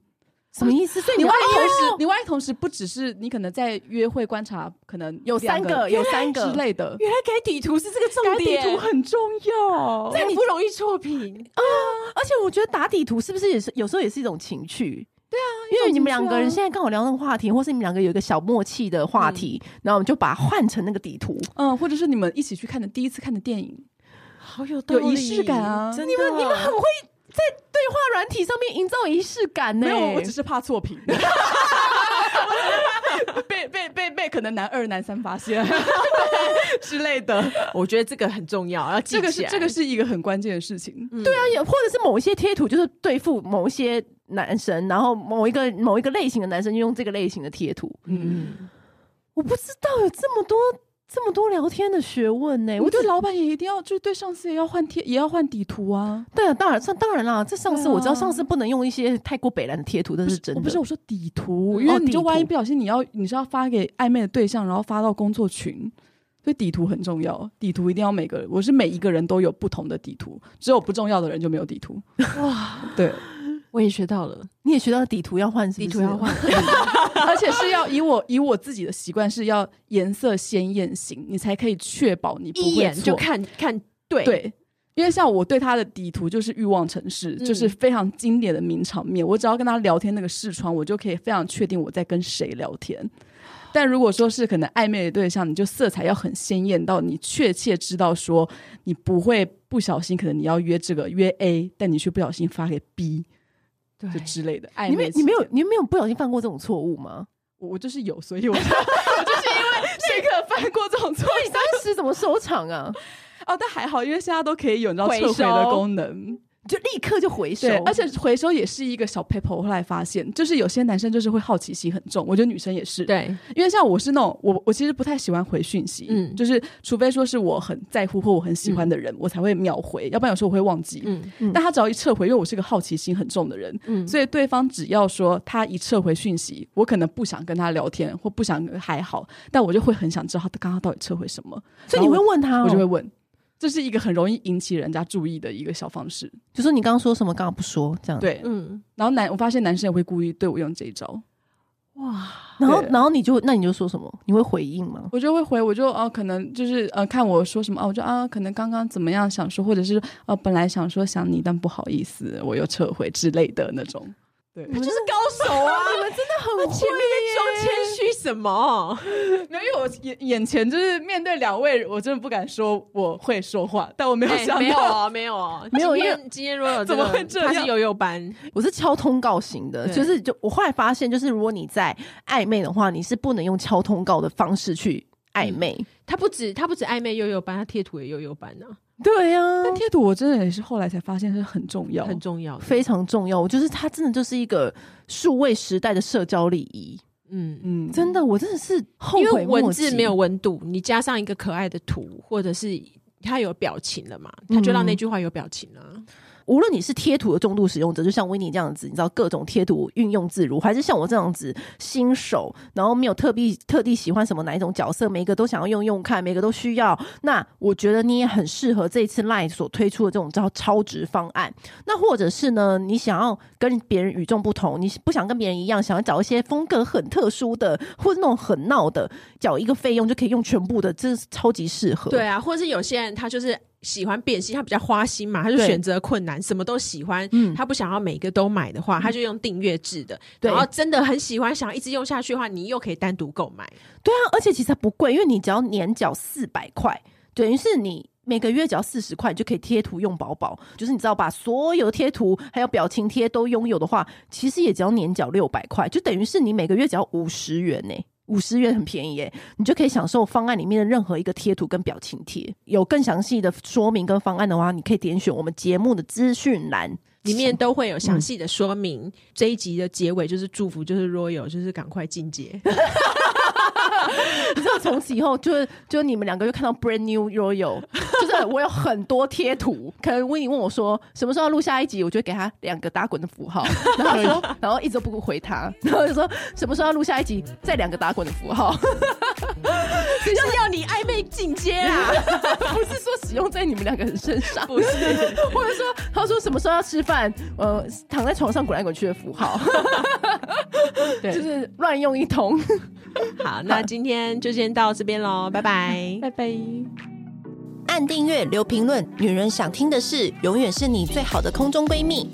[SPEAKER 1] 什么意思？所以
[SPEAKER 2] 啊你哦
[SPEAKER 1] 你
[SPEAKER 2] 万
[SPEAKER 1] 万
[SPEAKER 2] 一同
[SPEAKER 1] 一
[SPEAKER 2] 时，你万一同时不只是你可能在约会观察，可能
[SPEAKER 1] 有三
[SPEAKER 2] 两
[SPEAKER 1] 个，有三
[SPEAKER 2] 之
[SPEAKER 1] 个，
[SPEAKER 2] 类的，
[SPEAKER 3] 原来改底图是这个重
[SPEAKER 2] 改
[SPEAKER 3] 点，哦
[SPEAKER 2] 底图很重要。
[SPEAKER 3] 这样不容易错 评。
[SPEAKER 1] 而且我觉得打底图是不是也是有时候也是一种情趣？对啊，因为你们两个人现在刚好聊那个话题，或是你们两个有一个小默契的话题，然后我们就把它换成那个底图。
[SPEAKER 2] 嗯，或者是你们一起去看的第一次看的电影，
[SPEAKER 3] 好有
[SPEAKER 2] 有仪式感啊
[SPEAKER 3] 真的
[SPEAKER 1] 你们你们很会在对话软体上面营造仪式感呢、
[SPEAKER 2] 没有，我只是怕 错评。我只是怕被被被被可能男二男三 发现之类的，
[SPEAKER 3] 我觉得这个很重要，要记
[SPEAKER 2] 这个
[SPEAKER 3] 起
[SPEAKER 2] 是
[SPEAKER 3] 来。嗯
[SPEAKER 2] 这个是一个很关键的事情。
[SPEAKER 1] 对啊，也或者是某一些贴图就是对付某一些男生，然后某一个某一个类型的男生就用这个类型的贴图。
[SPEAKER 3] 嗯，
[SPEAKER 1] 我不知道有这么多这么多聊天的学问呢、
[SPEAKER 2] 欸
[SPEAKER 1] 哎我
[SPEAKER 2] 我
[SPEAKER 1] 觉
[SPEAKER 2] 对
[SPEAKER 1] 得
[SPEAKER 2] 老板也一定要，就是对上司也要换贴，也要换底图啊。
[SPEAKER 1] 对啊，当然上当然啦，这上司、
[SPEAKER 2] 对啊
[SPEAKER 1] 我知道上司不能用一些太过北蓝的贴图，这是真
[SPEAKER 2] 我
[SPEAKER 1] 的。
[SPEAKER 2] 不是我说底图，
[SPEAKER 1] 嗯
[SPEAKER 2] 因
[SPEAKER 1] 哦
[SPEAKER 2] 为你
[SPEAKER 1] 底
[SPEAKER 2] 就万一
[SPEAKER 1] 图
[SPEAKER 2] 不小心你要你是要发给暧昧的对象，然后发到工作群，所以底图很重要。底图一定要每个人，我是每一个人都有不同的底图，只有不重要的人就没有底图。
[SPEAKER 3] 哇，
[SPEAKER 2] 对，
[SPEAKER 3] 我也学到了，
[SPEAKER 1] 你也学到底图要换是不是，
[SPEAKER 3] 底图要换。
[SPEAKER 2] 而且是要以我以我自己的习惯是要颜色鲜艳型，你才可以确保你不
[SPEAKER 3] 一
[SPEAKER 2] 会
[SPEAKER 3] 眼就
[SPEAKER 2] 错。
[SPEAKER 3] 看看对，
[SPEAKER 2] 对，因为像我对他的底图就是《欲望城市》就是
[SPEAKER 3] 嗯
[SPEAKER 2] 非常经典的名场面。我只要跟他聊天那个视窗，我就可以非常确定我在跟谁聊天。但如果说是可能暧昧的对象，你就色彩要很鲜艳到你确切知道说你不会不小心，可能你要约这个约 A，但你却不小心发给 B
[SPEAKER 3] 对
[SPEAKER 2] 就之类的暧
[SPEAKER 1] 你
[SPEAKER 2] 昧
[SPEAKER 1] 没
[SPEAKER 2] 期间。
[SPEAKER 1] 你没有你没有不小心犯过这种错误吗？
[SPEAKER 2] 我，我就是有，所以 我我就是因 为这个犯过这种错
[SPEAKER 1] 你当时怎么收场啊？
[SPEAKER 2] 哦，但还好，因为现在都可以有你知道
[SPEAKER 3] 回
[SPEAKER 2] 撤回的
[SPEAKER 3] 收
[SPEAKER 2] 功能。
[SPEAKER 1] 就立刻就回收
[SPEAKER 2] 对，，而且回收也是一个小 paper。我后来发现，就是有些男生就是会好奇心很重，我觉得女生也是。，
[SPEAKER 3] 对，
[SPEAKER 2] 因为像我是那种，我我其实不太喜欢回讯息，
[SPEAKER 3] 嗯
[SPEAKER 2] 就是除非说是我很在乎或我很喜欢的人，我才会秒回，要不然有时候我会忘记。
[SPEAKER 3] 嗯
[SPEAKER 2] 但他只要一撤回，因为我是个好奇心很重的人，
[SPEAKER 3] 嗯，
[SPEAKER 2] 所以对方只要说他一撤回讯息，我可能不想跟他聊天，或不想还好，但我就会很想知道他刚刚到底撤回什么，
[SPEAKER 1] 所以你会
[SPEAKER 2] 然后
[SPEAKER 1] 问他、
[SPEAKER 2] 我
[SPEAKER 1] 哦，
[SPEAKER 2] 我就会问，这是一个很容易引起人家注意的一个小方式。
[SPEAKER 1] 就说你刚刚说什么，刚刚不说这样。，
[SPEAKER 2] 对，
[SPEAKER 3] 嗯，
[SPEAKER 2] 然后男，我发现男生也会故意对我用这一招，
[SPEAKER 3] 哇，
[SPEAKER 1] 然后
[SPEAKER 2] 对
[SPEAKER 1] 然后你就那你就说什么？你会回应吗？
[SPEAKER 2] 我就会回，我就哦、可能就是呃，看我说什么啊，我就啊，可能刚刚怎么样想说，或者是呃，本来想说想你，但不好意思，我又撤回之类的那种。对，
[SPEAKER 3] 就是高手 啊！
[SPEAKER 1] 你们真的很
[SPEAKER 3] 前面在装谦虚什么？
[SPEAKER 2] 没有，因为我眼眼前就是面对两位，我真的不敢说我会说话，但我没有
[SPEAKER 3] 哎
[SPEAKER 2] 想到，
[SPEAKER 3] 没有啊，没有啊，
[SPEAKER 1] 没有
[SPEAKER 3] 今
[SPEAKER 1] 因
[SPEAKER 3] 天今天如果有
[SPEAKER 2] 怎么会
[SPEAKER 3] 这
[SPEAKER 2] 这
[SPEAKER 3] 个他
[SPEAKER 2] 样
[SPEAKER 3] 是悠悠班，
[SPEAKER 1] 我是敲通告型的，
[SPEAKER 3] 对
[SPEAKER 1] 就是就我后来发现，就是如果你在暧昧的话，你是不能用敲通告的方式去暧昧。
[SPEAKER 3] 他不止他不止暧昧悠悠班，他贴图也悠悠班啊呢，
[SPEAKER 1] 对啊呀、
[SPEAKER 2] 但贴图我真的也是后来才发现是很重要，
[SPEAKER 3] 很重要的。
[SPEAKER 1] 非常重要。我就是它真的就是一个数位时代的社交礼仪，
[SPEAKER 3] 嗯，
[SPEAKER 2] 嗯，
[SPEAKER 1] 真的，我真的是后
[SPEAKER 3] 因
[SPEAKER 1] 悔
[SPEAKER 3] 为文
[SPEAKER 1] 莫
[SPEAKER 3] 字
[SPEAKER 1] 及
[SPEAKER 3] 没有温度，你加上一个可爱的图，或者是他有表情了嘛，他就让那句话有表情啊。
[SPEAKER 1] 无论你是贴图的重度使用者，就像维尼这样子，你知道各种贴图运用自如，还是像我这样子新手，然后没有特地特地喜欢什么哪一种角色，每一个都想要用用看，每个都需要。那我觉得你也很适合这一次 Line 所推出的这种超超值方案。那或者是呢，你想要跟别人与众不同，你不想跟别人一样，想要找一些风格很特殊的，或者那种很闹的，缴一个费用就可以用全部的，这是超级适合。
[SPEAKER 3] 对啊，或者是有些人他就是喜欢变心，他比较花心嘛，他就
[SPEAKER 1] 对
[SPEAKER 3] 选择困难，什么都喜欢。
[SPEAKER 1] 嗯，
[SPEAKER 3] 他不想要每个都买的话，他就用订阅制的。
[SPEAKER 1] 对
[SPEAKER 3] 然后真的很喜欢，想要一直用下去的话，你又可以单独购买。
[SPEAKER 1] 对啊，而且其实它不贵，因为你只要年缴四百块，等于是你每个月只要四十块，你就可以贴图用饱饱。就是你知道，把所有的贴图还有表情贴都拥有的话，其实也只要年缴六百块，就等于是你每个月只要五十元呢、五十元很便宜耶，你就可以享受方案里面的任何一个贴图跟表情贴。有更详细的说明跟方案的话，你可以点选我们节目的资讯栏。
[SPEAKER 3] 里面都会有详细的说明。这一集的结尾就是祝福，就是 Royal，就是赶快进 阶。
[SPEAKER 1] 你知道从此以后就是就是你们两个就看到 brand new royal，就是我有很多贴 图。可能 Winnie 问我说什么时候要录下一集，我就给他两个打滚的符号，然后他说，然后一直都不回他，然后就说什么时候要录下一集，再两个打滚的符 号。
[SPEAKER 3] 谁叫要你暧昧进阶啊？
[SPEAKER 1] 不是说使用在你们两个人身上，
[SPEAKER 3] 不是，
[SPEAKER 1] 或者说他说什么时候要吃饭，呃，躺在床上滚来滚去的符 号，
[SPEAKER 2] 对
[SPEAKER 1] 就是乱用一通。
[SPEAKER 3] 好，那今天就先到这边喽，拜拜。
[SPEAKER 2] 拜拜。
[SPEAKER 4] 按订阅，留评论，女人想听的事，永远是你最好的空中闺蜜。